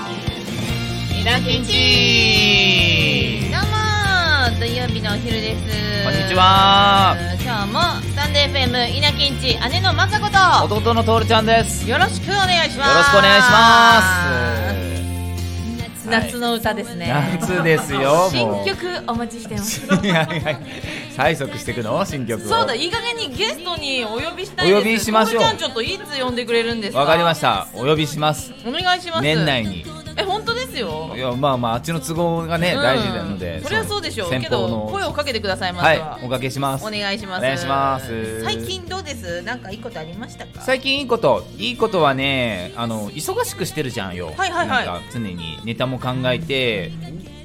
ミラキンチどうも土曜日のお昼ですこんにちは今日もサンデー FM 稲城んち姉の雅子と弟のトールちゃんですよよろしくお願いしますろしくお願いします夏の歌ですね、す夏ですよも新う曲お待ちしてます いやいや催促していくの新曲をそうだいい加減にゲストにお呼びしたいですお呼びしましょうトムちゃんちょっといつ呼んでくれるんですかわかりましたお呼びしますお願いします年内にえ本当ですよいやまあまああっちの都合がね、うん大事なのでそれはそうでしょう先け方どの声をかけてくださいまはずいは、おかけしますお願いしますお願いします最近どうですなんかいいことありましたか最近いいこといいことはねあの忙しくしてるじゃんよはいはいはいなんか常にネタも考えて、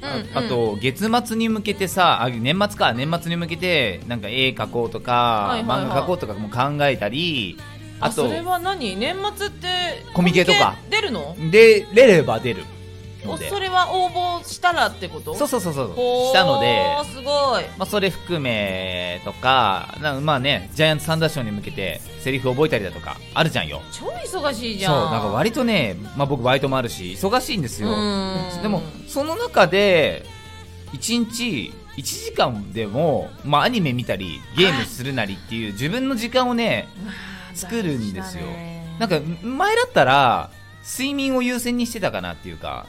あうんうんあと月末に向けてさあ年末か年末に向けてなんか絵描こうとか、いはいはい漫画描こうとかも考えたりあとそれは何年末ってコミケとかコミケ出るので出れば出るのおでそれは応募したらってことそうそうそうそうほーしたのですごいまあ、それ含めとかなんまあねジャイアンツサンダーショーに向けてセリフ覚えたりだとかあるじゃんよ超忙しいじそうゃんなんか割とね、まあ、僕バイトもあるし忙しいんですようんでもその中で1日1時間でも、まあ、アニメ見たりゲームするなりっていう自分の時間をね作るんですよなんかか前だったら睡眠を優先にしてたかなっていうか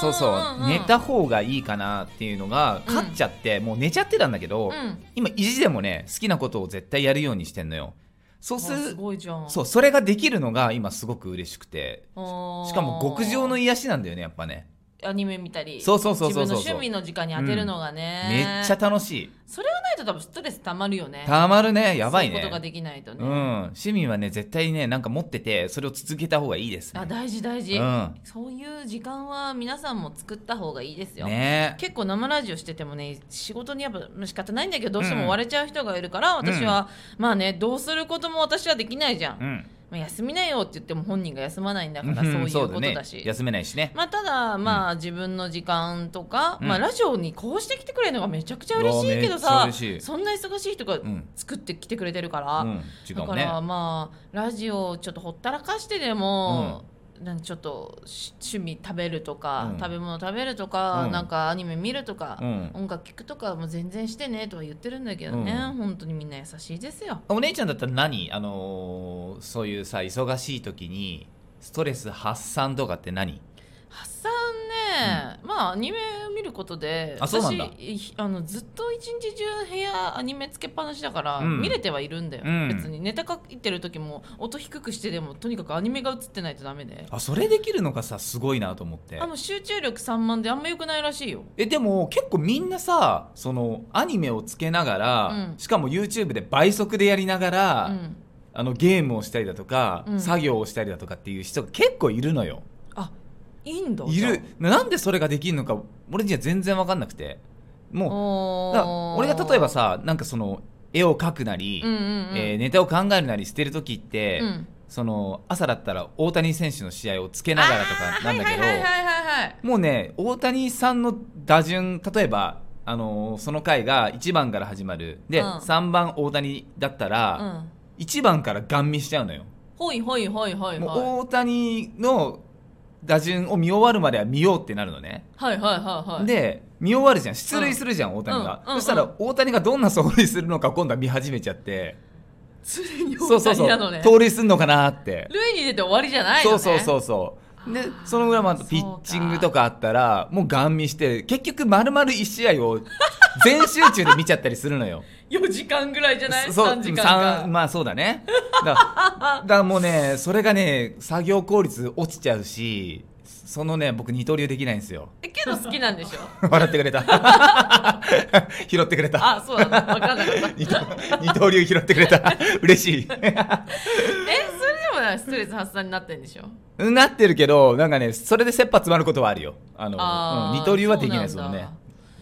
そうそう寝た方がいいかなっていうのが勝っちゃって、もう寝ちゃってたんだけど、うん今意地でもね好きなことを絶対やるようにしてんのよそうすあするごいじゃんそうそれができるのが今すごく嬉しくてあーしかも極上の癒しなんだよねやっぱねアニメ見たりそうそうそうそうそう自分の趣味の時間に当てるのがね、めっちゃ楽しいそれがないと多分ストレスたまるよねたまるねやばいそういうねことができないとね、うん趣味はね絶対ねなんか持っててそれを続けた方がいいですねあ大事大事、うんそういう時間は皆さんも作った方がいいですよ、ね結構生ラジオしててもね仕事にやっぱ仕方ないんだけどどうしても追われちゃう人がいるから、私はまあねどうすることも私はできないじゃん、うまんあ、休みなよって言っても本人が休まないんだから、んそういうことねだし休めないしねまあ、ただまあ自分の時間とか、うんまあ、ラジオにこうしてきてくれるのがめちゃくちゃ嬉しいけうどわさめっちゃ嬉しいそんな忙しい人がん作ってきてくれてるから、うん時間だもかねらまあラジオをちょっとほったらかしてでも、なんちょっとし趣味食べるとか、うん食べ物食べるとか、うんなんかアニメ見るとか、うん音楽聴くとかも全然してねとは言ってるんだけどね、うん本当にみんな優しいですよ。お姉ちゃんだったら何あのーそういうさ忙しい時にストレス発散とかって何発散ね、まあアニメ見ることであそうなんだ私いあのずっと一日中部屋アニメつけっぱなしだから、うん見れてはいるんだよ、うん別にネタ書いてる時も音低くしてでもとにかくアニメが映ってないとダメであそれできるのがさすごいなと思ってあの集中力散漫であんま良くないらしいよえでも結構みんなさそのアニメをつけながら、うんしかも YouTube で倍速でやりながら、うん、あのゲームをしたりだとか、うん作業をしたりだとかっていう人が結構いるのよあいいんだいるなんでそれができるのか俺には全然分かんなくてもうだから俺俺が例えばさなんかその絵を描くなり、うんうんうんえーネタを考えるなりしてる時って、うんその朝だったら大谷選手の試合をつけながらとかなんだけど、はいはいはいはいはいはいもうね大谷さんの打順例えば、あのーその回が1番から始まるで、うん3番大谷だったうら、ん1番からガン見しちゃうのよ、ほいほいほいほいもはいう大谷の打順を見終わるまでは見ようってなるのね、はいはいはいはいで見終わるじゃん出塁するじゃん、大谷が、うんうそんしたら大谷がどんな走塁するのか今度は見始めちゃって、常にそうそう大そ谷なのうね盗塁するのかなって塁に出て終わりじゃないのそねうそうそうそうでその裏またそうかピッチングとかあったらもうガン見して結局丸々1試合を全集中で見ちゃったりするの よ4時間ぐらいじゃないそう3時間か三まあそうだねだだからもうねそれがね作業効率落ちちゃうしそのね僕二刀流できないんですよえけど好きなんでしょ笑ってく れた拾ってくれたあそうなんだ 分かんなかったえ二刀二刀流拾ってくれた嬉しいそれでもなストレス発散になってんでしょなってるけど、なんかね、それで切羽詰まることはあるよ。あの、あうんー二刀流はできないですそうもなんんだね。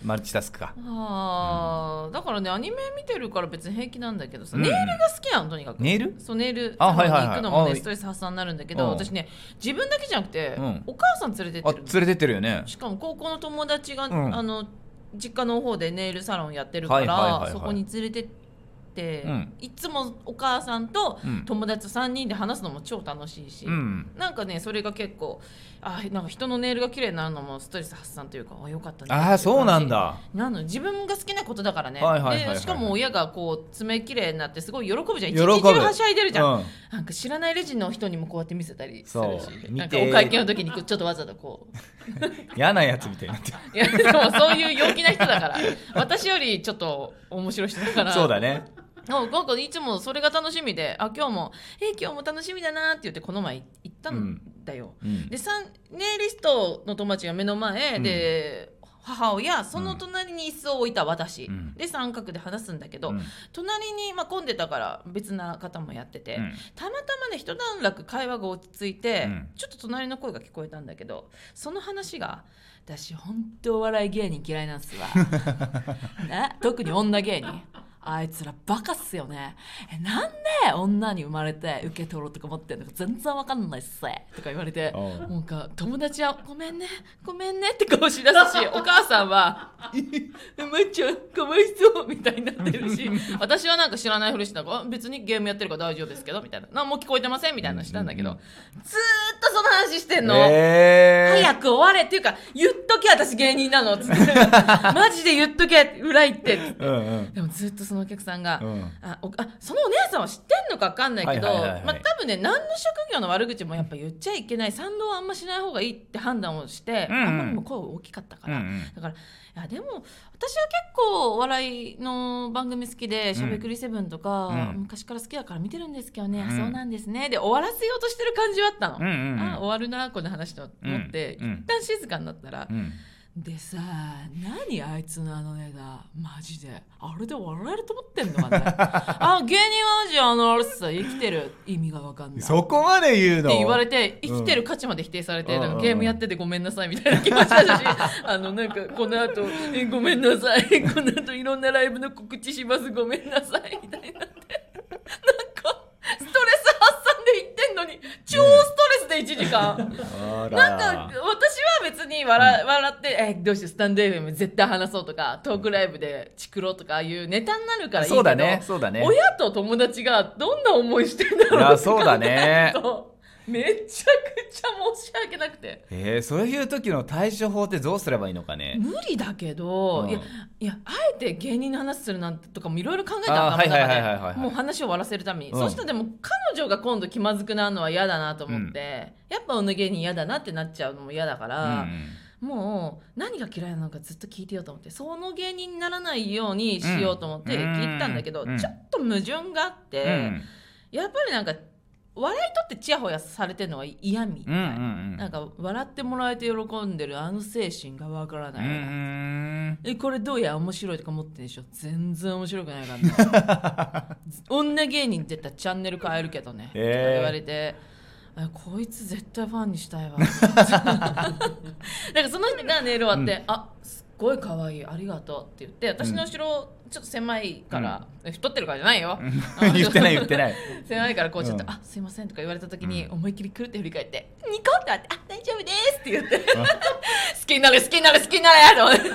マルチタスクか。あーだからねアニメ見てるから別に平気なんだけどさ、うんネイルが好きなのとにかくネイルそうネイルあはいはいはい行くのもあねストレス発散になるんだけどうん私ね自分だけじゃなくて、うんお母さん連れてっあ、てる連のれてってるよね。しかも高校の友達が、うんあの実家の方でネイルサロンやってるから、はいはいはいはいそこに連れてって、うんいつもお母さんとうん友達と3人で話すのも超楽しいし、うんなんかねそれが結構あなんか人のネイルが綺麗になるのもストレス発散というかあよかったねああそうなんだなの自分が好きなことだからね、はいはいはいはいでしかも親がこう爪綺麗になってすごい喜ぶじゃん喜一ぶ日中はしゃいでるじゃん、うんなんか知らないレジの人にもこうやって見せたりするそうし見てなんかお会計の時にちょっとわざとこう嫌なやつみたいになって るいやでもそういう陽気な人 だから私よりちょっと面白い人だからそうだねなんかいつもそれが楽しみであ今日も「え今日も楽しみだな」って言ってこの前行ったんだよ、うんでさんネイリストの友達が目の前、うんで母親その隣に椅子を置いた私、うんで三角で話すんだけど、うん隣に、まあ、混んでたから別な方もやってて、うんたまたまね一段落会話が落ち着いて、うんちょっと隣の声が聞こえたんだけどその話が「私本当お笑い芸人嫌いなんす わ」ね、特に女芸人あいつらバカっすよねえなんで女に生まれて受け取ろうとか思ってんのか全然わかんないっすとか言われておうなんか友達は「ごめんねごめんね」って顔しだすしお母さんは「めっちゃんかわいそう」みたいになってるし私はなんか知らないふりしてなんかあ別にゲームやってるから大丈夫ですけど」みたいな「何も聞こえてません」みたいなのしたんだけど、うんうずーっとその話してんの。え早く終われっていうか言っとけ私芸人なのっつってマジで言っとけ裏行ってーうんうんでもずっとそのお客さんが、うんあおあそのお姉さんは知ってんのか分かんないけど、はいはいはいはいまあ、多分ね何の職業の悪口もやっぱ言っちゃいけない賛同はあんましない方がいいって判断をして、うんあんまりにも声大きかったから、うんうんだからいやでも私は結構お笑いの番組好きで「しゃべくりセブン」とか、うん昔から好きだから見てるんですけどね、あうんそうなんですねで終わらせようとしてる感じはあったの。うんうんあ終わるなこの話と思って、うんうん一旦静かになったらう、んでさ何あいつのあのネタマジであれで笑えると思ってんのか ねあ芸人はマジあのあれさ生きてる意味が分かんないそこまで言うっのて言われて生きてる価値まで否定されて、うんなんかゲームやっててごめんなさいみたいな気持ちだったし あのなんかこの後えごめんなさい この後いろんなライブの告知しますごめんなさいみたいになってなんかストレス発散で言ってんのに超ストレスで1時間。あらなんか私は別に笑,、笑ってえどうしてスタンド FM 絶対話そうとかトークライブでチクロとかああいうネタになるからいいけどそうだねそうだね親と友達がどんな思いしてんだろういってやそうだね考えるとめちゃくちゃ申し訳なくてえー、そういう時の対処法ってどうすればいいのかね無理だけど、うんいやいやあえて芸人の話するなんてとかもいろいろ考えたあー頭の中で、はいはいはいはいはいもう話を終わらせるために、うんそうしたらでも彼女が今度気まずくなるのは嫌だなと思って、うんやっぱ女芸人嫌だなってなっちゃうのも嫌だかうら。んもう何が嫌いなのかずっと聞いてようと思ってその芸人にならないようにしようと思ってうん聞いたんだけど、うんちょっと矛盾があって、うんやっぱりなんか笑いとってちやほやされてるのは嫌みたういんうな,、んなんか笑ってもらえて喜んでるあの精神がわからうない、んえこれどうや面白いとか思ってんでしょ全然面白くないから ね女芸人って言ったらチャンネル変えるけどね、へとえか言われてあこいつ絶対ファンにした いわなんかその人がネイル終わって、あすっごい可愛いありがとうって言って私の後ろちょっと狭いから、え太ってるからじゃないよ言ってない言ってない 狭いからこうちょっと「うんあすいません」とか言われた時にうん思いっきりくるって振り返って「ニコッ!」てあって「あ大丈夫です」って言って 「好きになれ好きになれ好きになれ」と思って。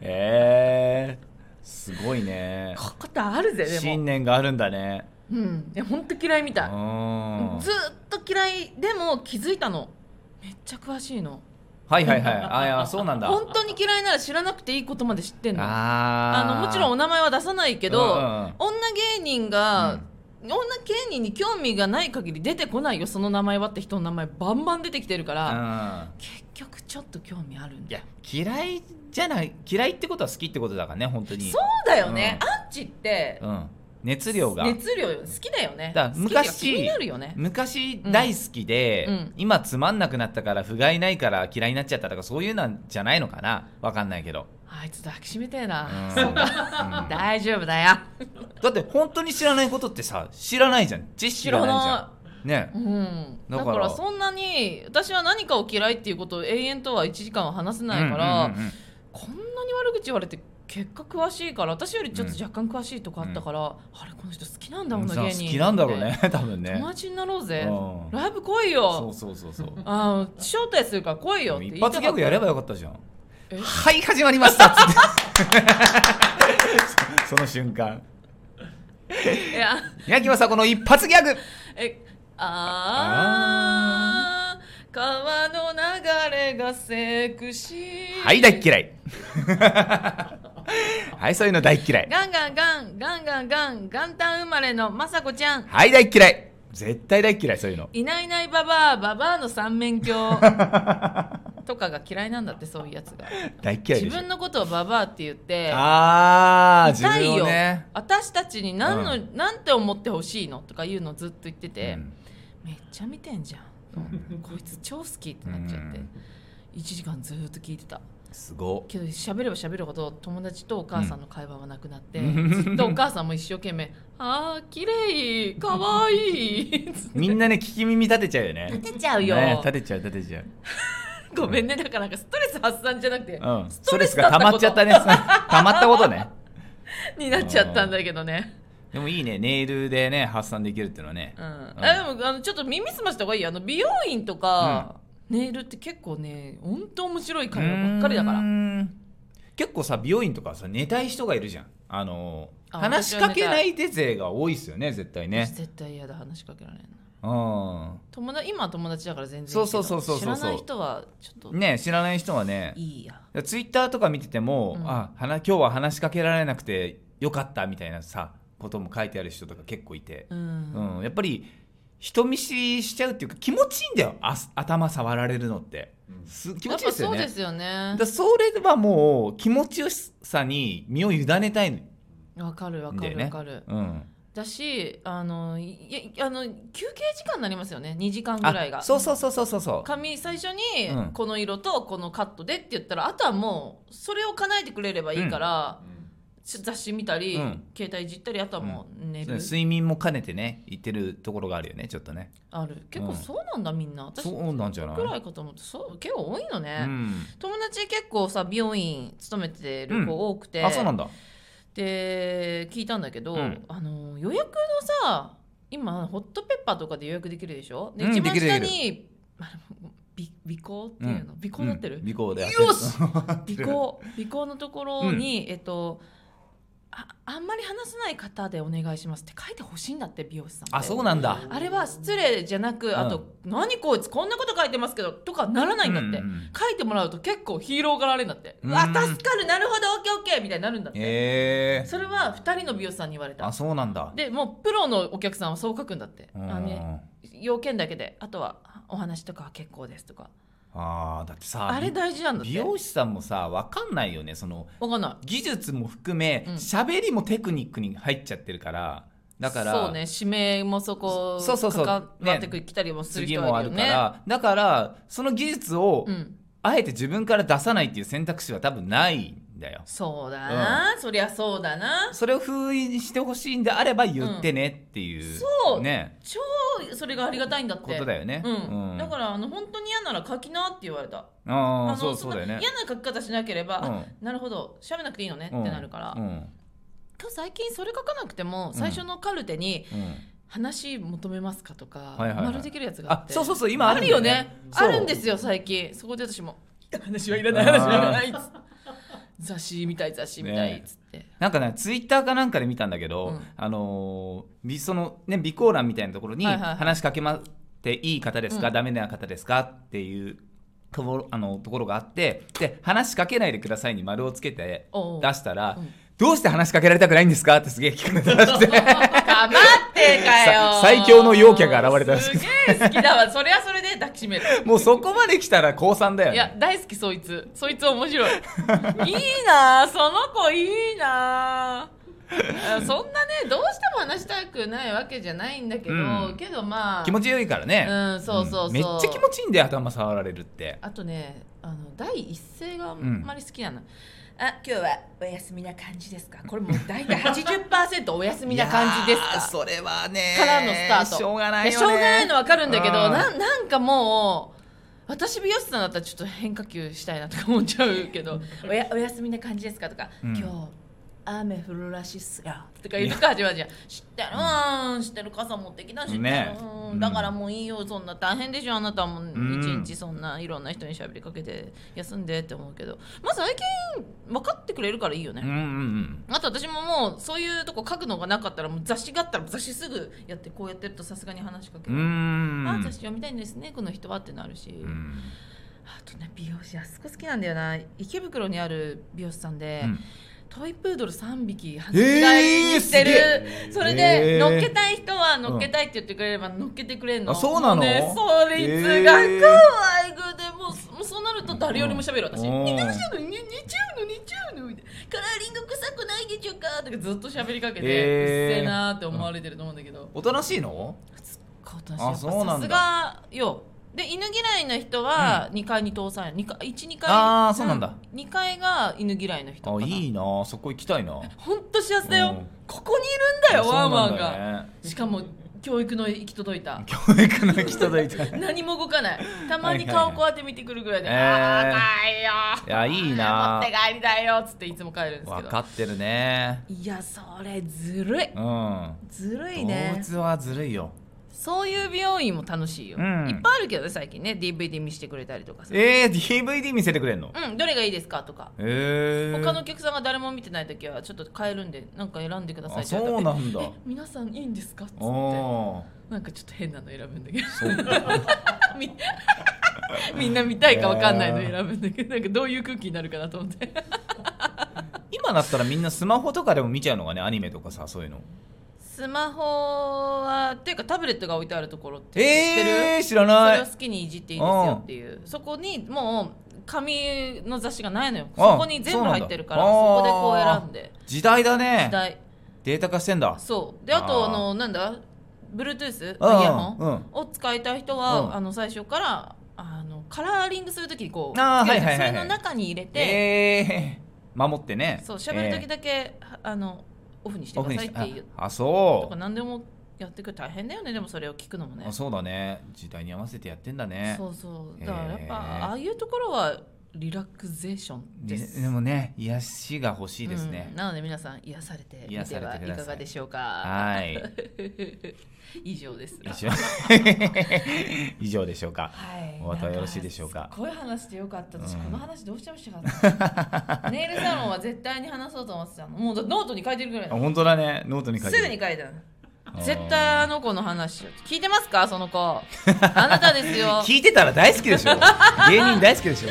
えー、すごいねこことあるぜで信も、念があるんだねうん、いや本当嫌いみたういんずーっと嫌いでも気づいたのめっちゃ詳しいのはいはいはいあいやそうなんだ本当に嫌いなら知らなくていいことまで知ってんのああーのもちろんお名前は出さないけど、うんうんうん女芸人が、女芸人に興味がない限り出てこないよその名前はって人の名前バンバン出てきてるから、うん結局ちょっと興味あるんいだや嫌いじゃない嫌いってことは好きってことだからね本当にそうだよね、うアンチってうん、熱量が熱量よ好きだよねだから昔好きだよ気になるよね昔うん大好きで、うん今つまんなくなったから不甲斐ないから嫌いになっちゃったとかそういうなんじゃないのかなわかんないけど、あいつ抱きしめてえな、うんそう か、大丈夫だよだって本当に知らないことってさ知らないじゃん知識がないじゃんねうん、だだかかららそんなに私は何かを嫌いっていうことを永遠とは1時間は話せないから、うんうんうんうんこんなに悪口言われて結果詳しいから私よりちょっと若干詳しいとこあったから、あれこの人好きなんだもんなさ芸人好きなんだろうね 多分ね友達になろうぜ、うんライブ来いそうよそうそうそうあー招待するから来いよって言一いたかった発ギャグやればよかったじゃん えはい始まりましたっつってその瞬間いや八木まさこの一発ギャグえああ川の流れがセクシーはい大っ嫌い はいそういうの大っ嫌いガンガンガンガンガンガン元旦生まれのまさこちゃんはい大っ嫌い絶対大っ嫌いそういうのいないいないばばあばばあの三面鏡とかが嫌いなんだってそういうやつが大っ嫌い自でしょ分のことをばばあって言ってああ自痛い分をよ、ね私たちに何の、なんて思ってほしいのとかいうのずっと言ってて、うんめっちゃ見てんじゃんこいつ超好きってなっちゃって、うん1時間ずーっと聞いてたすごけど喋れば喋るほど友達とお母さんの会話はなくなって、うんずっとお母さんも一生懸 命「あー綺麗かわいい」みんなね聞き耳立てちゃうよね立てちゃうよ、ね立てちゃう立てちゃうごめんねだからなんかストレス発散じゃなくうて、んスストトレレススがだ溜ったことまっちゃったね 溜まったことねになっちゃったんだけどねでもいいねネイルでね発散できるっていうのはねうん、うんあでもあのちょっと耳すました方がいいよあの美容院とか、ネイルって結構ねほんと面白い会話ばっかりだかうーらん結構さ美容院とかさ寝たい人がいるじゃんあのあ話しかけ私は寝なたいいで勢が多いっすよね絶対私ね絶対嫌だ話しかけられないうん友達今は友達だから全然いいけどそうそうそうそうそう知らない人はちょっとね知らない人はねいいやツイッターとか見てても、うんあはな今日は話しかけられなくてよかったみたいなさことも書いてある人とか結構いて、う、うんんやっぱり人見知りしちゃうっていうか気持ちいいんだよあ頭触られるのってす気持ちいいですよねやっぱそうですよねだからそれはもう気持ちよさに身を委ねたいのよわかるわかだよるねわかるうん、だしあのいいあの休憩時間になりますよね2時間ぐらいあがそうそうそうそうそうそう髪最初にうんこの色とこのカットでって言ったら、あとはもうそれを叶えてくれればいいから、雑誌見たり、うん携帯いじったりあとはもう寝そうる、ね睡眠も兼ねてね言ってるところがあるよねちょっとねある結う構んそうなんだみんな私そうなんじゃないくらいかと思ってそう結構多いのね、うん友達結構さ美容院勤めてる子多くて、あそうなんだで聞いたんだけど、うんあの予約のさ今ホットペッパーとかで予約できるでしょで、うん一番できる下にあのび尾行っていうの、尾行になってる、うん尾行でよ してる尾行尾行のところに、えっとああんまり話さない方でお願いしますって書いてほしいんだって美容師さんってあそうなんだあれは失礼じゃなく、んあと「何こいつこんなこと書いてますけど」とかならないんだって、うんうんうん書いてもらうと結構ヒーローがられるんだって「ううんわ助かるなるほどオッケーオッケー」みたいになるんだって、ええそれは2人の美容師さんに言われあたそうなんだでもうプロのお客さんはそう書くんだって、うんあのね、要件だけであとは「お話とかは結構です」とかあーだってさあれ大事なんだって美容師さんもさ分かんないよねそのわかんない技術も含めうん喋、りもテクニックに入っちゃってるからだからそうね指名もそこそうそうそうかかってねきたりもする次人もはあいるるよかねら、だからその技術をうんあえて自分から出さないっていう選択肢は多分ないんだよそうだな、そりゃそうだなそれを封印してほしいんであれば言ってねっていう、そうね超それがありがたいんだってことだよねうんうんだからあの本当に嫌なら書きなって言われたあああのそうそうだよんねな嫌な書き方しなければ、うんあなるほどしゃべなくていいのねってうんなるから、うん今日最近それ書かなくても最初のカルテにうん話求めますかとか、はいはいはい丸できるやつがあっあてそうそうそう今あるんだよよねねそうあるんですよ最近そこで私も「話はいら」ない話はいらない雑誌みたい雑誌みたいっつって、なんかねツイッターかなんかで見たんだけど、うんあのーびそのね備考欄みたいなところにはいはいはい話しかけまっていい方ですか、うんダメな方ですかっていうところあのところがあってで話しかけないでくださいに丸をつけておうおう出したら、うんどうして話しかけられたくないんですかってすげえ聞かれたらしく てかまってかさよ最強の陽キャが現れたらしくてすげえ好きだわそれはそれで抱きしめるもうそこまで来たら高3だよいねや大好きそいつそいつ面 白いいいなあその子いいなああそんなねどうしても話したくないわけじゃないんだけど、うんけどまあ気持ちよいからね、うんそうそうそうめっちゃ気持ちいいんだよ頭触られるってあとねあの第一声があんんまり好きなの、あ今日はお休みな感じですかこれもう大体80%お休みな感じですいやーかそれはねからのスタートしょうがないよねしょうがないの分かるんだけどうんななんかもう私美容師さんだったらちょっと変化球したいなとか思っちゃうけど「おやお休みな感じですか?」とか、うん今日雨降るらしいっすよとか言うとか始まるじゃん知ってるうん知ってる傘持ってきたし、ねうんうんだからもういいよそんな大変でしょあなたも一ん日そんないろんな人に喋りかけて休んでって思うけどまあ最近分かってくれるからいいよね、うんうんうんあと私ももうそういうとこ書くのがなかったらもう雑誌があったら雑誌すぐやってこうやってるとさすがに話しかけうーる、んあ雑誌読みたいんですねこの人はってなるし、うんあとね美容師あそこ好きなんだよな池袋にある美容師さんで、うんトイプードル3匹えー販売にしてる、それで、えー乗っけたい人は乗っけたいって言ってくれれば乗っけてくれるの、あそうなのもねそれいつが可えー愛くてもうもうそうなると誰よりも喋る私「う似んてらっしゃるのに似ちゃうの似ちゃうの」みたいな「カラーリング臭くないでしょうか」とかずっと喋りかけて、えーうっせえなーって思われてると思うんだけど、おとなしいの今年あやっぱそうなんださすがよで犬嫌いな人は2階に通さない、二階12階あーそうなんだ2階が犬嫌いの人かあないいなそこ行きたいなほんと幸せだよ、うんここにいるんだよワンワンが、しかも教育の行き届いたそうなんだよね教育の行き届いたい何も動かないたまにはいはいはい顔こうやって見てくるぐらいで「えーああかいよやいいな持って帰りだよ」っつっていつも帰るんですけ分どかってるねいやそれずるいうん動ずるいね物はずるいよそういう美容院も楽しいよ、うんいっぱいあるけどね最近ね DVD 見せてくれたりとかさえー DVD 見せてくれんのうん、どれがいいですかとか、えー他のお客さんが誰も見てない時はちょっと変えるんでなんか選んでくださいあって言われそうたらなんだえ皆さんいいんですかっつっておーなんかちょっと変なの選ぶんだけどそうか みみんな見たいかわかんないの選ぶんだけどなんかどういう空気になるかなと思って今だったらみんなスマホとかでも見ちゃうのがねアニメとかさそういうのスマホはっていうかタブレットが置いてあるところって知ってる、えー知らそなれをい好きにいじっていいですよっていうそこにもう紙の雑誌がないのよそこに全部入ってるからそうなそんだこでこう選んで時代だ時ね代データ化してんだそうであとああーのなんだ Bluetooth うんイヤホン、うんを使いたい人は、うんあの最初からあのカラーリングするときにこうあーつけるじゃんはいはいはいはいそれの中に入れて、えー守ってねそう喋るとえきーだけ、あのオフにしてオくフだにさいしっていうああとそかう何でもやってくる大変だよねでもそれを聞くのもねあそうだね時代に合わせてやってんだねそうそうだからやっぱ、へーああいうところはリラクゼーションでねす、でもね癒しが欲しいですうねん、なので皆さん癒されてみ癒てされてはくださいいかがでしょうかはい以上です以上 以上でしょうかはい、お後はよろしいでしょうかなんすっごい話してよかった私、うんこの話どうしちゃいました かネイルサロンは絶対に話そうと思ってたのもうだノートに書いてるぐらいあだ本当だねノートに書いてすぐに書いてある絶対あの子の話を聞いてますかその子あなたです よ聞いてたら大好きでしょ芸人大好きでしょ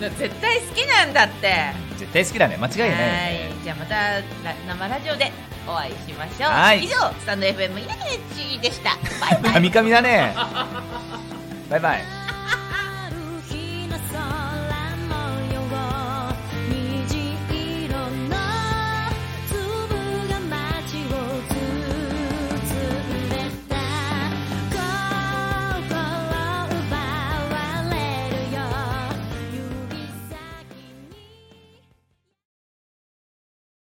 絶対好きなんだって絶対好きだね間違いないよねはいじゃあまたら生ラジオでお会いしましょうはい以上スタンド FM 稲毛千尋でしたバイバイ神々だねバイバイ「あ